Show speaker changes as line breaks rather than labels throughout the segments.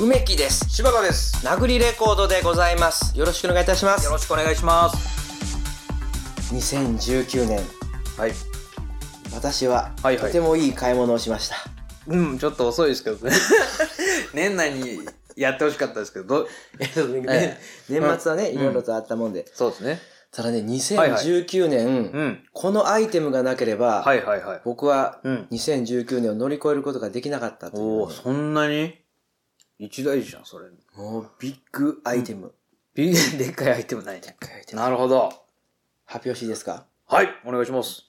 梅木です
柴田です
殴りレコードでございますよろしくお願いいたしま
よ
す
ろしくお願いします
2019年
はい
私は
はいはい
とてもいい買い物をしました、
うんちょっと遅いですけどね 年内にやってほしかったですけどど
えっとね
え
年末はね、
うん
いろいろとあったもんで
そうですね
ただね
はいはい
2019年、
うん
このアイテムがなければ、
はいはいはい
僕は
うん
2019年を乗り越えることができなかったという
おおそんなに一大事じゃんそれ
もうビッグアイテム、
ビーでっかいアイテムないね
ビッグアイテム
なるほど
発表していいですか
はいお願いします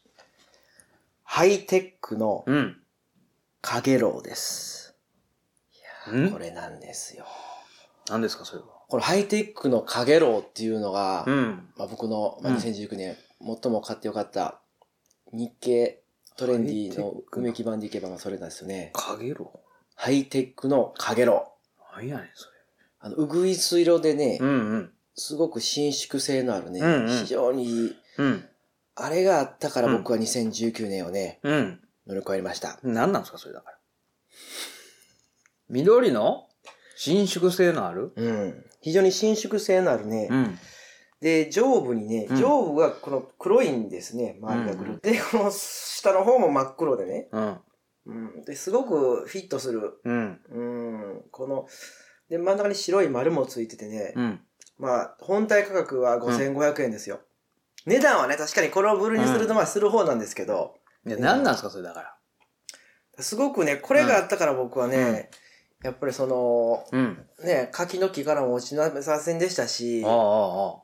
ハイテックの
うん
カゲロウです。
うん
これなんですよ。
何ですかそれは
このハイテックのカゲロウっていうのが、
ん
まあ、僕の、まあ、
うん
2019年、最も買ってよかった日経トレンディーの梅木版でいけばまあそれなんですよね。
かげろ
ハイテックのカゲロウ。
なんやねんそ
あの、うぐいす色でね、
れうんうん
すごく伸縮性のあるね、
うんうん
非常にいい
うん
あれがあったから僕は2019年をね、
うん
乗り越えました。
何なんですかそれだから緑の伸縮性のある
うん。非常に伸縮性のあるね、
ん
で、上部にね、
うん
上部がこの黒いんですね、周りが黒い。
うん
で、この下の方も真っ黒でね。
うん
うん。で、すごくフィットする。
うん
うん。この、で、真ん中に白い丸もついててね、
うん
まあ、本体価格は5500円ですよ。値段はね、確かにこのブルーにすると、まあ、する方なんですけど、
いや何なんですかそれだから
すごくね、これがあったから僕はね、やっぱりその、
うん
ね、柿の木からも落ちなさせんでしたし、
ああ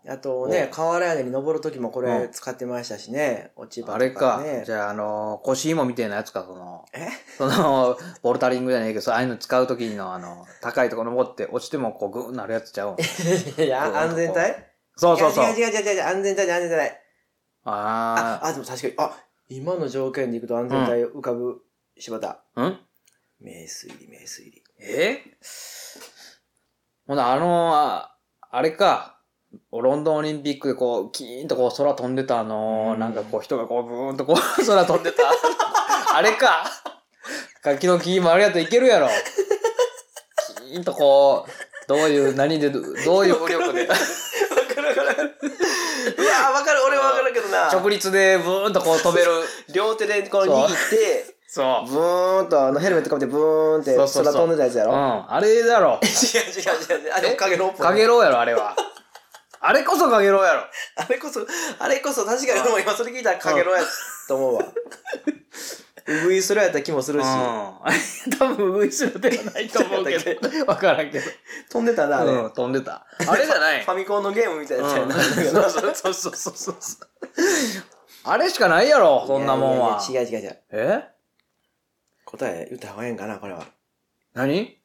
ああ
あとね、瓦屋根に登る時もこ
う
れ
ん
使ってましたしね、落ち
あ
葉
れ
とか
か
ね。。
じゃあ、あのー、腰芋みたいなやつか、その、
え
その、ボルタリングじゃないけど、そうああいうの使うときの、あの、高いところ登って、落ちてもこう、グーンなるやつちゃうん。
いや、安全帯
そうそうそう。
いや違う違う違う違う、安全帯じゃ安全帯。あ、
あ
あ、でも確かに、あ、今の条件でいくと安全帯浮かぶ柴田。
あ。ん
名水入り、名水入り。
えほな、あのー、ああれか。ロンドンオリンピックでこう、キーンとこう空飛んでたあのー
うん
なんかこう人がこうブーンとこう 空飛んでた。あれか。柿の木もあれやといけるやろ。キーンとこう、どういう、何でど、どういう武力で、
わかるわかるわ かる。いや、わかる、俺はわかるけど
直
な。
立でブーンとこう飛べる。
両手でこう握って、
そう。
ブーンとあのヘルメットかぶってブーンって
そ
空
うそうそう
飛んでたやつや
うん、
ろ。
あれだろ。
違う違う違う違う。あ、でも影のっぽい
かげろうやろ、あれは。あれこそかげろうやろ。
あれこそ、あれこそ確かに俺も今それ聞いたらかげろうやと思うわ。うぐいすらやった気もするし、
うん。 多分、ウイスルではないと思うけ
そうや
ど。わからんけど。
飛んでたな、あれ。
うん、飛んでた。あれじゃない。
ファミコンのゲームみたいなやつやな。
うんそうそうそうそうそうそう。あれしかないやろ、そんなもんは。
いやいやいや違う違う違う。
え
答え言った方がええんかな、これは。
何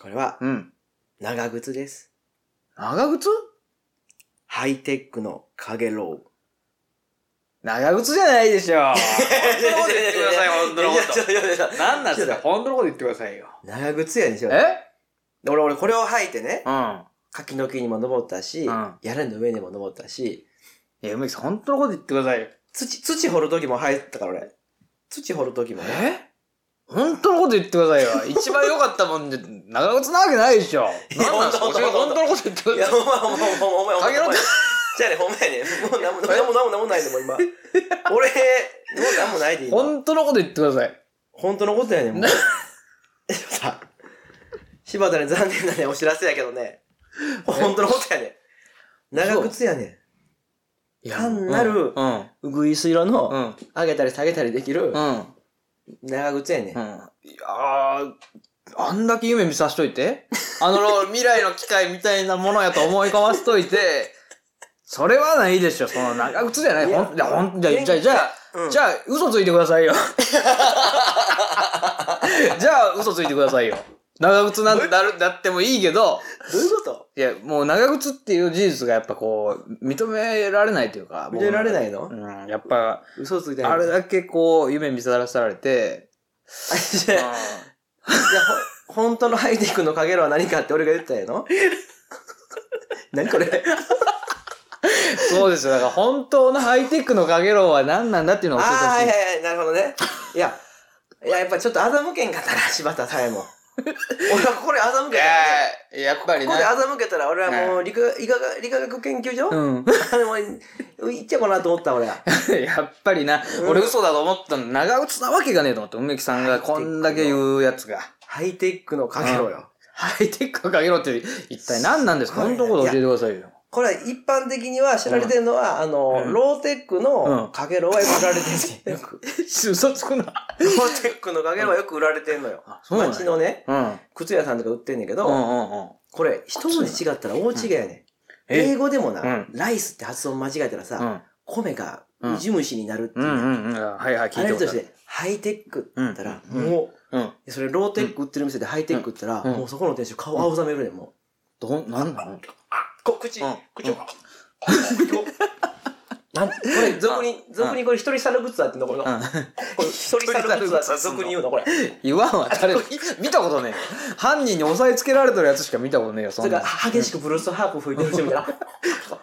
これは、
うん。
長靴です。
長靴
ハイテックのカゲロウ。
長靴じゃないで しょ。本当のこと言ってください、本当のこ
いやいやいやいや
と。何なんですか、本当のこと言ってくださいよ。
長靴やでしょ。
え
で俺、俺、これを履いてね、
うん。
柿の木にも登ったし、
うん
屋根の上にも登ったし、
いや、梅木さん、本当のこと言ってくださいよ。
土、土掘る時も履いてたから俺。土掘る時もね。
え本当のこと言ってくださいよ。一番良かったもんで、長靴なわけないでしょ。何なんですか
いや本当
本当のこと言ってく
い
だ
や、
さい。
ほんま、ほんま、ほんま、ほんま、ほんま。
かげろう
じゃあね、ほんまやね。もうなんも、なんも、なんも、なんもないね、もう 今。俺、もうなんもないで、今。
本当のこと言ってください。
本当のことやね、もう。 さあ、柴田ね、残念なね、お知らせやけどね。本当のことやね。長靴やね。
いや
単なる
うん。
うぐいす色
う
の、
ん。
上げたり下げたりできる
う、ん。
長靴やね
う。ん。いやー、あんだけ夢見さしといて、あの、未来の機械みたいなものやと思い込ませといて、それはないでしょ。その長靴じゃない。
いや
ほん、いや、ほん、じゃあ、じゃあ、じゃ
う
あ、
ん
じゃあ嘘ついてくださいよ。 じゃあ、嘘ついてくださいよ。長靴なんてなる、なってもいいけど、
どういうこと
いや、もう長靴っていう事実がやっぱこう、認められないというか。
認められないの
僕の中でうん、やっぱ、
嘘ついてない。
あれ
だ。
だけこう、夢見さらされて、
いや、ほ本当のハイテクのかげろうは何かって俺が言ったんやの 何これ
そうですよ。だから本当のハイテックのかげろうは何なんだっていうのを教えて
ああー、
ほ
は
し
い
い。
はいはい、なるほどね。いや、いや、やっぱちょっと欺けんかったな、柴田さえも。俺はこれ欺
い
けたらね
やーやっぱり
ここで
な。
欺けたら俺はもう理科医学理化学研究所、
うん。
あれもう行っちゃおうかなと思った俺は
やっぱりな、
うん
俺嘘だと思ったの長靴なわけがねえと思って梅木さんがこんだけ言うやつが
ハイテックのかけろよ、
ハイテックかけろって一体何なんですか
すごい
本
ね
当のこと教えてくださいよ
これは一般的には知られてるのは、あの、
うん
ローテックのかけろはよく売られてるし、よく
嘘つくな
ローテックのかけろはよく売られてんのよ
あそうなんや
街のね
うんうん
靴屋さんとか売ってんねんけど、
うんうん
これ一文字違ったら大違いやね、ん、
え
英語でもな、
うん
ライスって発音間違えたらさ、
うん
米がうじ虫になるって
う
いう、
んうんうんはいはい
あ
聞い
れと
てもらっ
してハイテックって言ったら、
うん
もう
たうん
それローテック売ってる店でハイテック売ったら、
うん
もうそこの店主顔青ざめるねんも
どんなん なの
う。こ口
うん
口を。 なんこれ俗に俗にこれ一人猿グッズだってんのこれの。こ
う
れ
ん
一人猿グッズだったら俗に言うのこれ。
言わんわ誰も見たことねえ犯人に押さえつけられてるやつしか見たことねえよそ
それ
んな
か
の
ら激しくブルースハープ吹いてる人みたいな。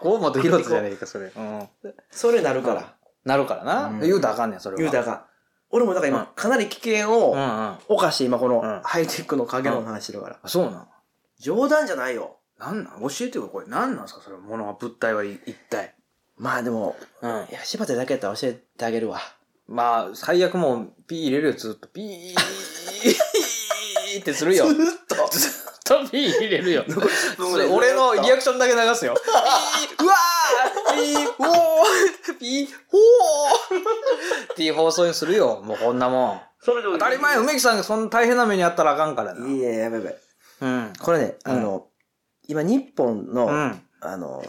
河本大翔じゃねえかそれうん
それなるから
なるからな、
うん
言うたらあかんねんそれは
言うたらあかん。俺もだから今かなり危険を
うんうんあ
犯して今この
うん
ハイテックの影の話してるから。
そうなん
冗談じゃないよ。
なんなん教えてよ、これ。なんなんすかそれ、ものは物体は一体。
まあでも
うん
い。や柴田だけやったら教えてあげるわ。
まあ、最悪もう、ピー入れるよ、ずっと。ピーってするよ。 ずっ
と
とピー入れるよ。
分ぐらい
俺のリアクションだけ流すよ。ピー、うわーピー、ほーピー、ほーっていう放送にするよ、もうこんなもん。
それで
当たり前、梅木さんがそんな大変な目にあったらあかんからな。
いややばいやばい。
うん。
これね、あの、今日本の、
うん。
あの、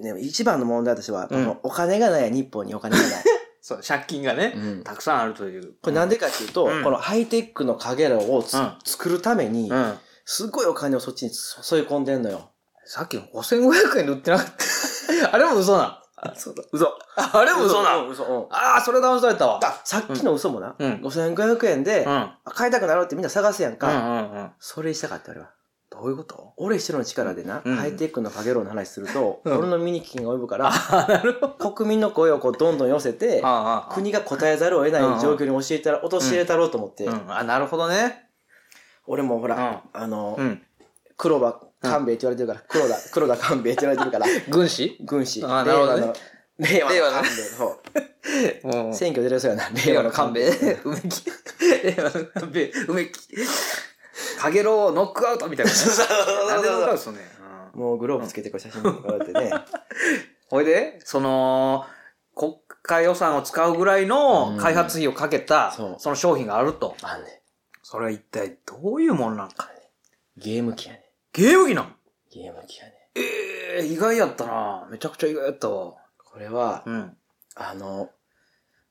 ね、一番の問題としては、
うん
このお金がない、日本にお金がない。
そう、借金がね、
うん
たくさんあるという。
これなんでかっていうと、
うん
このハイテックのかげろうをつ、
うん
作るために、
うん。
すごいお金をそっちに注い込んでんのよ。
さっきの5500円で売ってなか った。あれも嘘な。
そうだ。
嘘。あれも嘘な。
うん嘘、うん
ああ、それ騙されたわ。
あさっきの嘘もな、
うん
5500円で、
うん。
買いたくなろうってみんな探すやん
う
か。
んうんうん。
それしたかった俺は。
どういうこと
俺一人の力でな、
うん
ハイテックのかげろうの話すると、
うん
俺の見に危険が及ぶから、
ああ、なるほど。
国民の声をこうどんどん寄せて、
ああ、
国が答えざるを得ない状況に教えたら、陥れたろうと思って、
うん。あ、なるほどね。
俺もほら、
う
あの、
うん。
黒田官兵衛って言われてるから、黒 田、黒田官兵衛って言われてるから、
軍師
軍師。
あーなるほどね
令和の。
令
令
和
和
の
の官兵衛の方。
うん
選挙出れそうやな、
令和の勘兵衛。梅木。令和の勘兵衛。梅木。かげろうノックアウトみたいな。なんでノックアウトすんねんうん
もうグローブつけてこう写真撮られてね。
ほいで、その、国家予算を使うぐらいの開発費をかけ
う
た、
んそう
その商品があると。
あんね、
それは一体どういうもんなんか。
ゲーム機やね。
ゲーム機なん
ゲーム機やね。
ええ意外やったな。めちゃくちゃ意外やったわ。
これは、
うん。
あの、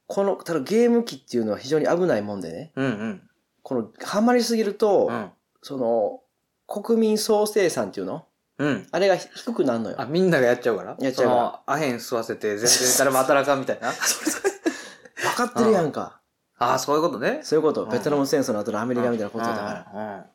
この、ただゲーム機っていうのは非常に危ないもんでね、
うんうん。
この、ハマりすぎると、
うん。
その、国民総生産っていうの
うん。
あれが低くなるのよ。
あ、みんながやっちゃうから
やっちゃうから
その、アヘン吸わせて、全然誰も働かんみたいな。
分かってるやんか。
ああ、そういうことね。
そういうこと。
うん
ベトナム戦争の後のアメ
ア
リカみたいなことだから。
ら。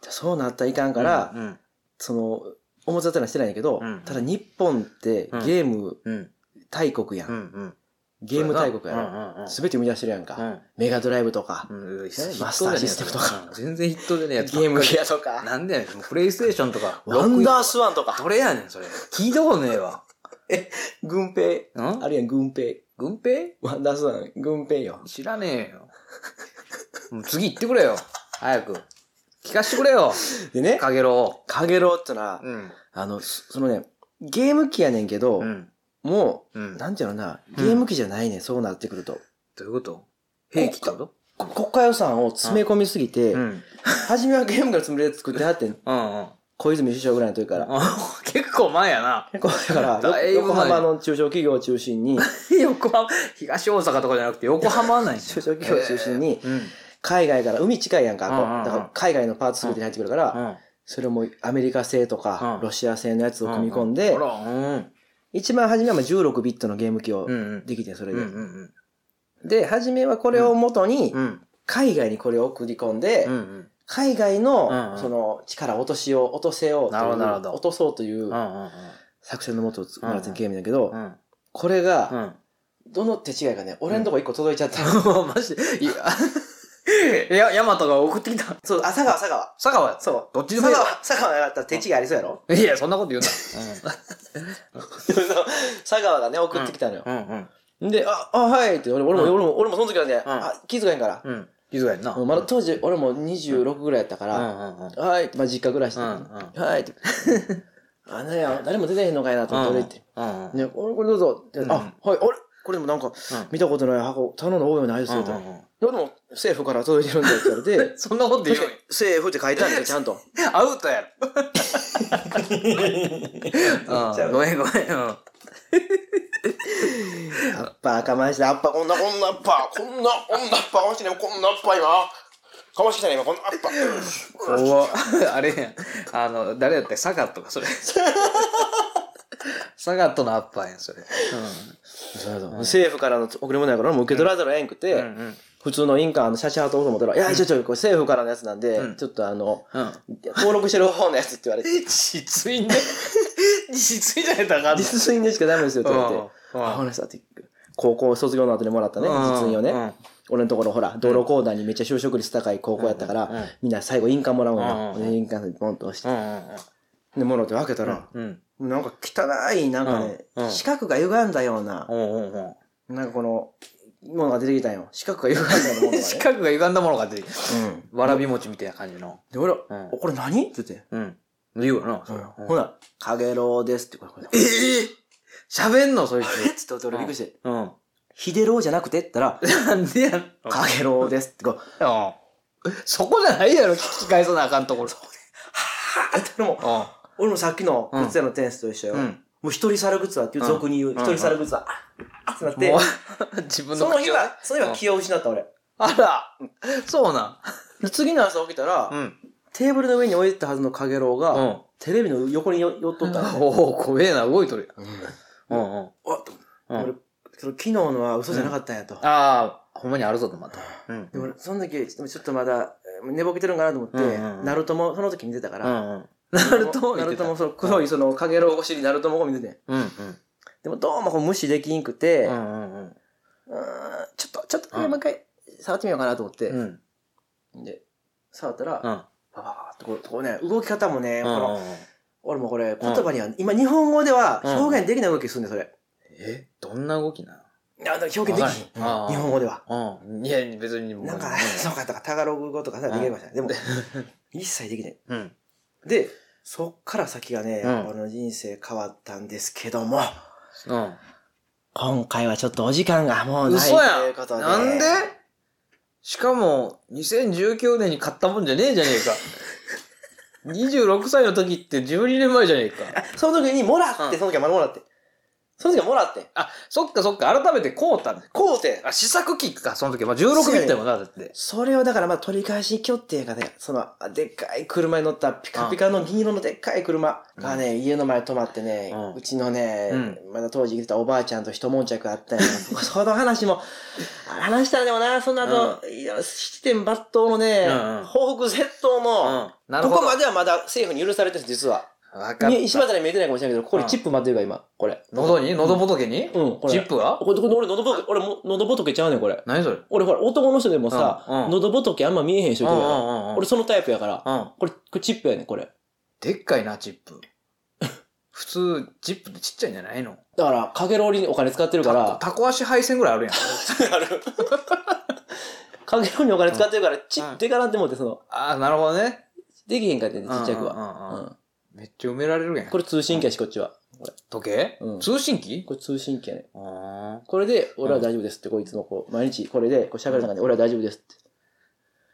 じゃあそうなったらいかん
だ
から、
うん。
その、表立てはしてないんやけど、
うん
ただ日本って
うん
ゲーム
うん。
大国やん。
うん。うん。
ゲーム大国や
う
ろ。
んうんうん。
すべて生み出してるやんか。メガドライブとか、
うん。うん。
マスターシステムとか
うん。全然ヒットでねえ
ゲ
やつばっかり。
ームギアとか、
なんでやねん。もうプレイステーションとか。
ワンダー
ス。
スワンとか、
どれやねん、それ。聞いたことねえわ。
軍兵、
うん
あるいは軍兵、
軍兵
ワンダースワン、軍兵よ。
知らねえよ。もう次行ってくれよ。早く。聞かしてくれよ。
でね、
かげろ
かげろうってのは
う。、うん。
あの、そそのね、ゲーム機やねんけど、
うん。
も
う
う、
ん。ど
なんていうのか
う
な、
ん
ゲーム機じゃないねん、そうなってくると。
ういうこと兵器ってこと
こ国家予算を詰め込みすぎて、
うん。
初めはゲームから詰めて作ってはってん、
うんうん。
小泉首相ぐらいの時から。
あ 結構前やな。
結構だから、
だい
よ
ぶ
横
前
浜の中小企業を中心に、
横浜、東大阪とかじゃなくて横浜 なんや。
中小企業を中心に、
うん。
海外から、海近いやんか、こう
うんうんうん
だから海外のパーツ全て入ってくるから、
うん。
それもアメリカ製とか
う、ん
ロシア製のやつを組み込んで
ほ、ら、うん。
一番初めはまあ16ビットのゲーム機を
うんうん。
できてん、それ
うんう
で。
ん
で、初めはこれを元に
う、ん。
海外にこれを送り込んで
うんう、ん。
海外
うんう
の、
ん
その、力を落としよう、落とせようとい
なるほどなるほ
う、
ど
落とそうという
うんうん
作戦のもとを作
うんう
ら
ん
れてるゲームだけど
う、ん。
これが、
うん。
どの手違いかね、俺のとこ一個届いちゃった。
マジで、いや、えや、 ヤマトが送ってきた。
そう、あ、佐川、佐川。
佐川やつ。
そう。
どっち
佐
でもいい
川、佐川がなかったら手違いありそうやろ
いや、そんなこと言う な。
そう佐川がね、送ってきたのよ。
うんうん。
で、あ、あ、はいって、俺俺も、
うん
俺も、俺もその時はね、あ、気づかへんから。
うん。気づかへんな。
まだ当時、俺も26ぐらいやったか
う
ら、
んうんうん。
はいって、まあ実家暮らしで、
うん
はいって。あ、なんや、誰も出てへんのかいなと思って、俺って。
うんうん。
ね、これ、これどうぞって。
うん
あ、はい、あれこれでもなんか、見たことない箱、頼んだ覚えもないですよ、と。
うんうんうん、
でも、政府から届いてるんだって言われ て
そんなこと言う
確かに政府って書いてあるんで、ちゃん と。
のアウトや ろ。
ちゃう
ごめんごめん。うん
アッパーかまして、アッパー、こんな、こんなアッパー、こんな、こんなアッパー、かましてね、こんなアッパー今。かましてきたね、今、こんなアッパー。
怖っあれやん。あの、誰やったっけサガットか、それ。 サガットのアッパーやん、それ。
そうそう政府からの贈り物やから、もう受け取らざるをえんくて、
うん。うん
普通の印鑑、あの、写真貼っとこうと思ったら、いや、ちょちょ、これ政府からのやつなんで、
うん
ちょっとあの、
うん。
登録してる方のやつって言われて、
実印で 実印じゃないとあかんの
実印でしかダメですよって言われて、
うんうん
あ、ほらさ、って、高校卒業の後にもらったね、実印をね。
うん
俺のところほら、道路公団にめっちゃ就職率高い高校やったから、
うんうんうん
みんな最後印鑑もらうのよ。
うんうん
で印鑑ポンと押して
う。ん
で、もろって開けたら、
うんうん
なんか汚い、なんかね、
うんうん
四角が歪んだような、
うんうん
なんかこの、ものが出てきたんよ。四角が歪んだようなものが
うん
ね。
四角が歪んだものが出て
うん。
わらび餅みたいな感じの
で、俺、
ん
おこれ何って言って。
うん言うよなそれ
ほら、かげろうですって。これこれ
ええ喋んのそい
あれっつって俺びっくりして、
うん
ひでろうじゃなくてって言った
なんでや
ら、かげろうですって。こう、
うんそこじゃないやろ聞き返さなあかんところ
あーって俺も、俺もさっきの靴屋のテンスと一緒よ。
うん
もう一人猿靴だっていう俗に言う、
うん
一人猿靴だ。あっってなっ
も
て
う、自分
そ
の
の日
口をね
は、その日は気を失った俺。
あらそうな
で次の朝起きたら、
ん
テーブルの上に置いてたはずのかげろうが、
うん
テレビの横によ寄っとったのね。
おお怖えな動いとるやんうんうん
あっと
うん
俺、その昨日のは嘘じゃなかったんやと。
ああ、ほんまにあるぞと、また。うん
で俺、その時、ちょっとちょっとまだ、えー寝ぼけてるんかなと思って、
うんうんうん
ナルトもその時見てたか
う
ら、
んうん。ナルトを見
ナ
て
ル
た
トもその黒いそのかげろう越しにナルトも見てて。
うんうん。
でもどうもこう無視できんくて、
う
うん
んうんうん。
ちょっと、ちょっとだけ
うん
もう一回触ってみようかなと思って、
うんうん
で、触ったら、
う
パ
ん
パパパってこうこうね、動き方もね、この
うん。
俺もこれ言葉には、今日本語では表現できない動きするんでそれ、
えどんな動きな
あだから表現できひん日
ああ
本語では
うん。いや、別にもう。
なんか、そうかとかタガログ語とかさ
うん
できればさ でも一切できない
うん。
でそっから先がね、
うん
やっぱ俺の人生変わったんですけども
うん。
今回はちょっとお時間がもうない
嘘
と
や
いうんことで
なんでしかも、2019年に買ったもんじゃねえじゃ ねえか。26歳の時って12年前じゃねえか。
あその時にもらって、
うん
その時はまだもらってその時はもらって
あ、そっかそっか、改めてこうたね。
こうて
あ、試作機か、その時。まあ、16ビットやもんな、だって。
それをだからまあ取り返しにきょっていうかね、そのあでっかい車に乗ったピカピカの銀色のでっかい車がね、家の前に止まってね、
うん
うちのね、
うん
まだ当時生きてたおばあちゃんと一悶着あったんやその話も、あ話したらでもな、その後、いや七点抜刀のね、
うんうん
報復絶倒も、
ん。なる
こ
ほど。
こまではまだ政府に許されてるんです、実は。
わかっ
見
た
え石。渡に見えてないかもしれないけど、ここにチップ待ってるから今、これ。
喉に喉仏に
うん、これ。
チップは
これ、これ俺喉ぼ、俺も喉仏ちゃうねん、これ。
何それうん
俺ほら、男の人でもさ、
うんうん
喉仏あんま見えへん人いるやろ
うん
俺そのタイプやから。
うん。
これ、これチップやねん、これ。
でっかいな、チップ。 普通、チップってちっちゃいんじゃないの
だから、かげろうにお金使ってるか
た
ら、
タコ足配線ぐらいあるやん。
かげろうにお金使ってるから、ち
う
っ
ん
でかなって思って、その、
ああ、なるほどね。
できへんかってね、ちっちゃくは。
は
うん
めっちゃ埋められるやん。
これ通信機やし、こっちは。
時計
うん
通信機
これ通信機やねん。
ああ。
これで、俺は大丈夫ですって、こいつのこう、毎日これで、こう喋る中で、俺は大丈夫ですって。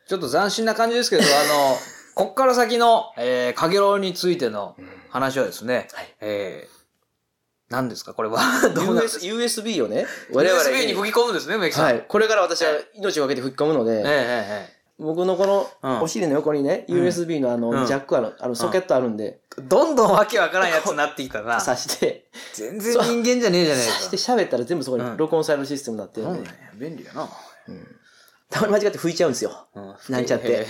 ちょっと斬新な感じですけど、あの、こっから先の、えー、かげろうについての話はですね、
はい
えー、何ですかこれは、 どうなんですか
US b を ね、我々
?USB に吹き込むんですね、メキさん。
は
え
い。これから私は命をかけて吹き込むので、
ええ
僕のこ
うん
の、お尻の横にね、
うん
USB のあ
うん
の、ジャックある、あの、ソケットあるんで、
えええ。どんどんわけわからんやつになってきたな。
挿して、
全然人間じゃねえじゃねえか。
挿して喋ったら全部そこ
うん
に録音されるシステムになってるんで
なんや、便利やな。
たまに間違って拭いちゃうんですよ。なんちゃって。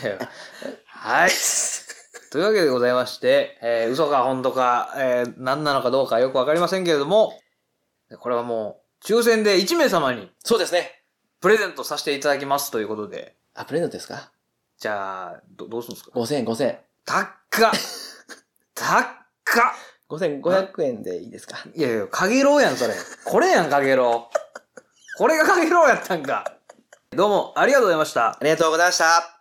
はい。というわけでございまして、えー嘘か本当か、えー何なのかどうかよくわかりませんけれども、これはもう、抽選で1名様に
そうですね。
プレゼントさせていただきますということで、
あ、プレゼントですか
じゃあ、ど、どうするんですか
?5000 円、5000円。
たっ かたっか
5500円でいいですか
いやいや、かげろうやん、それ。これやん、かげろう。これがかげろうやったんか。どうも、ありがとうございました。
ありがとうございました。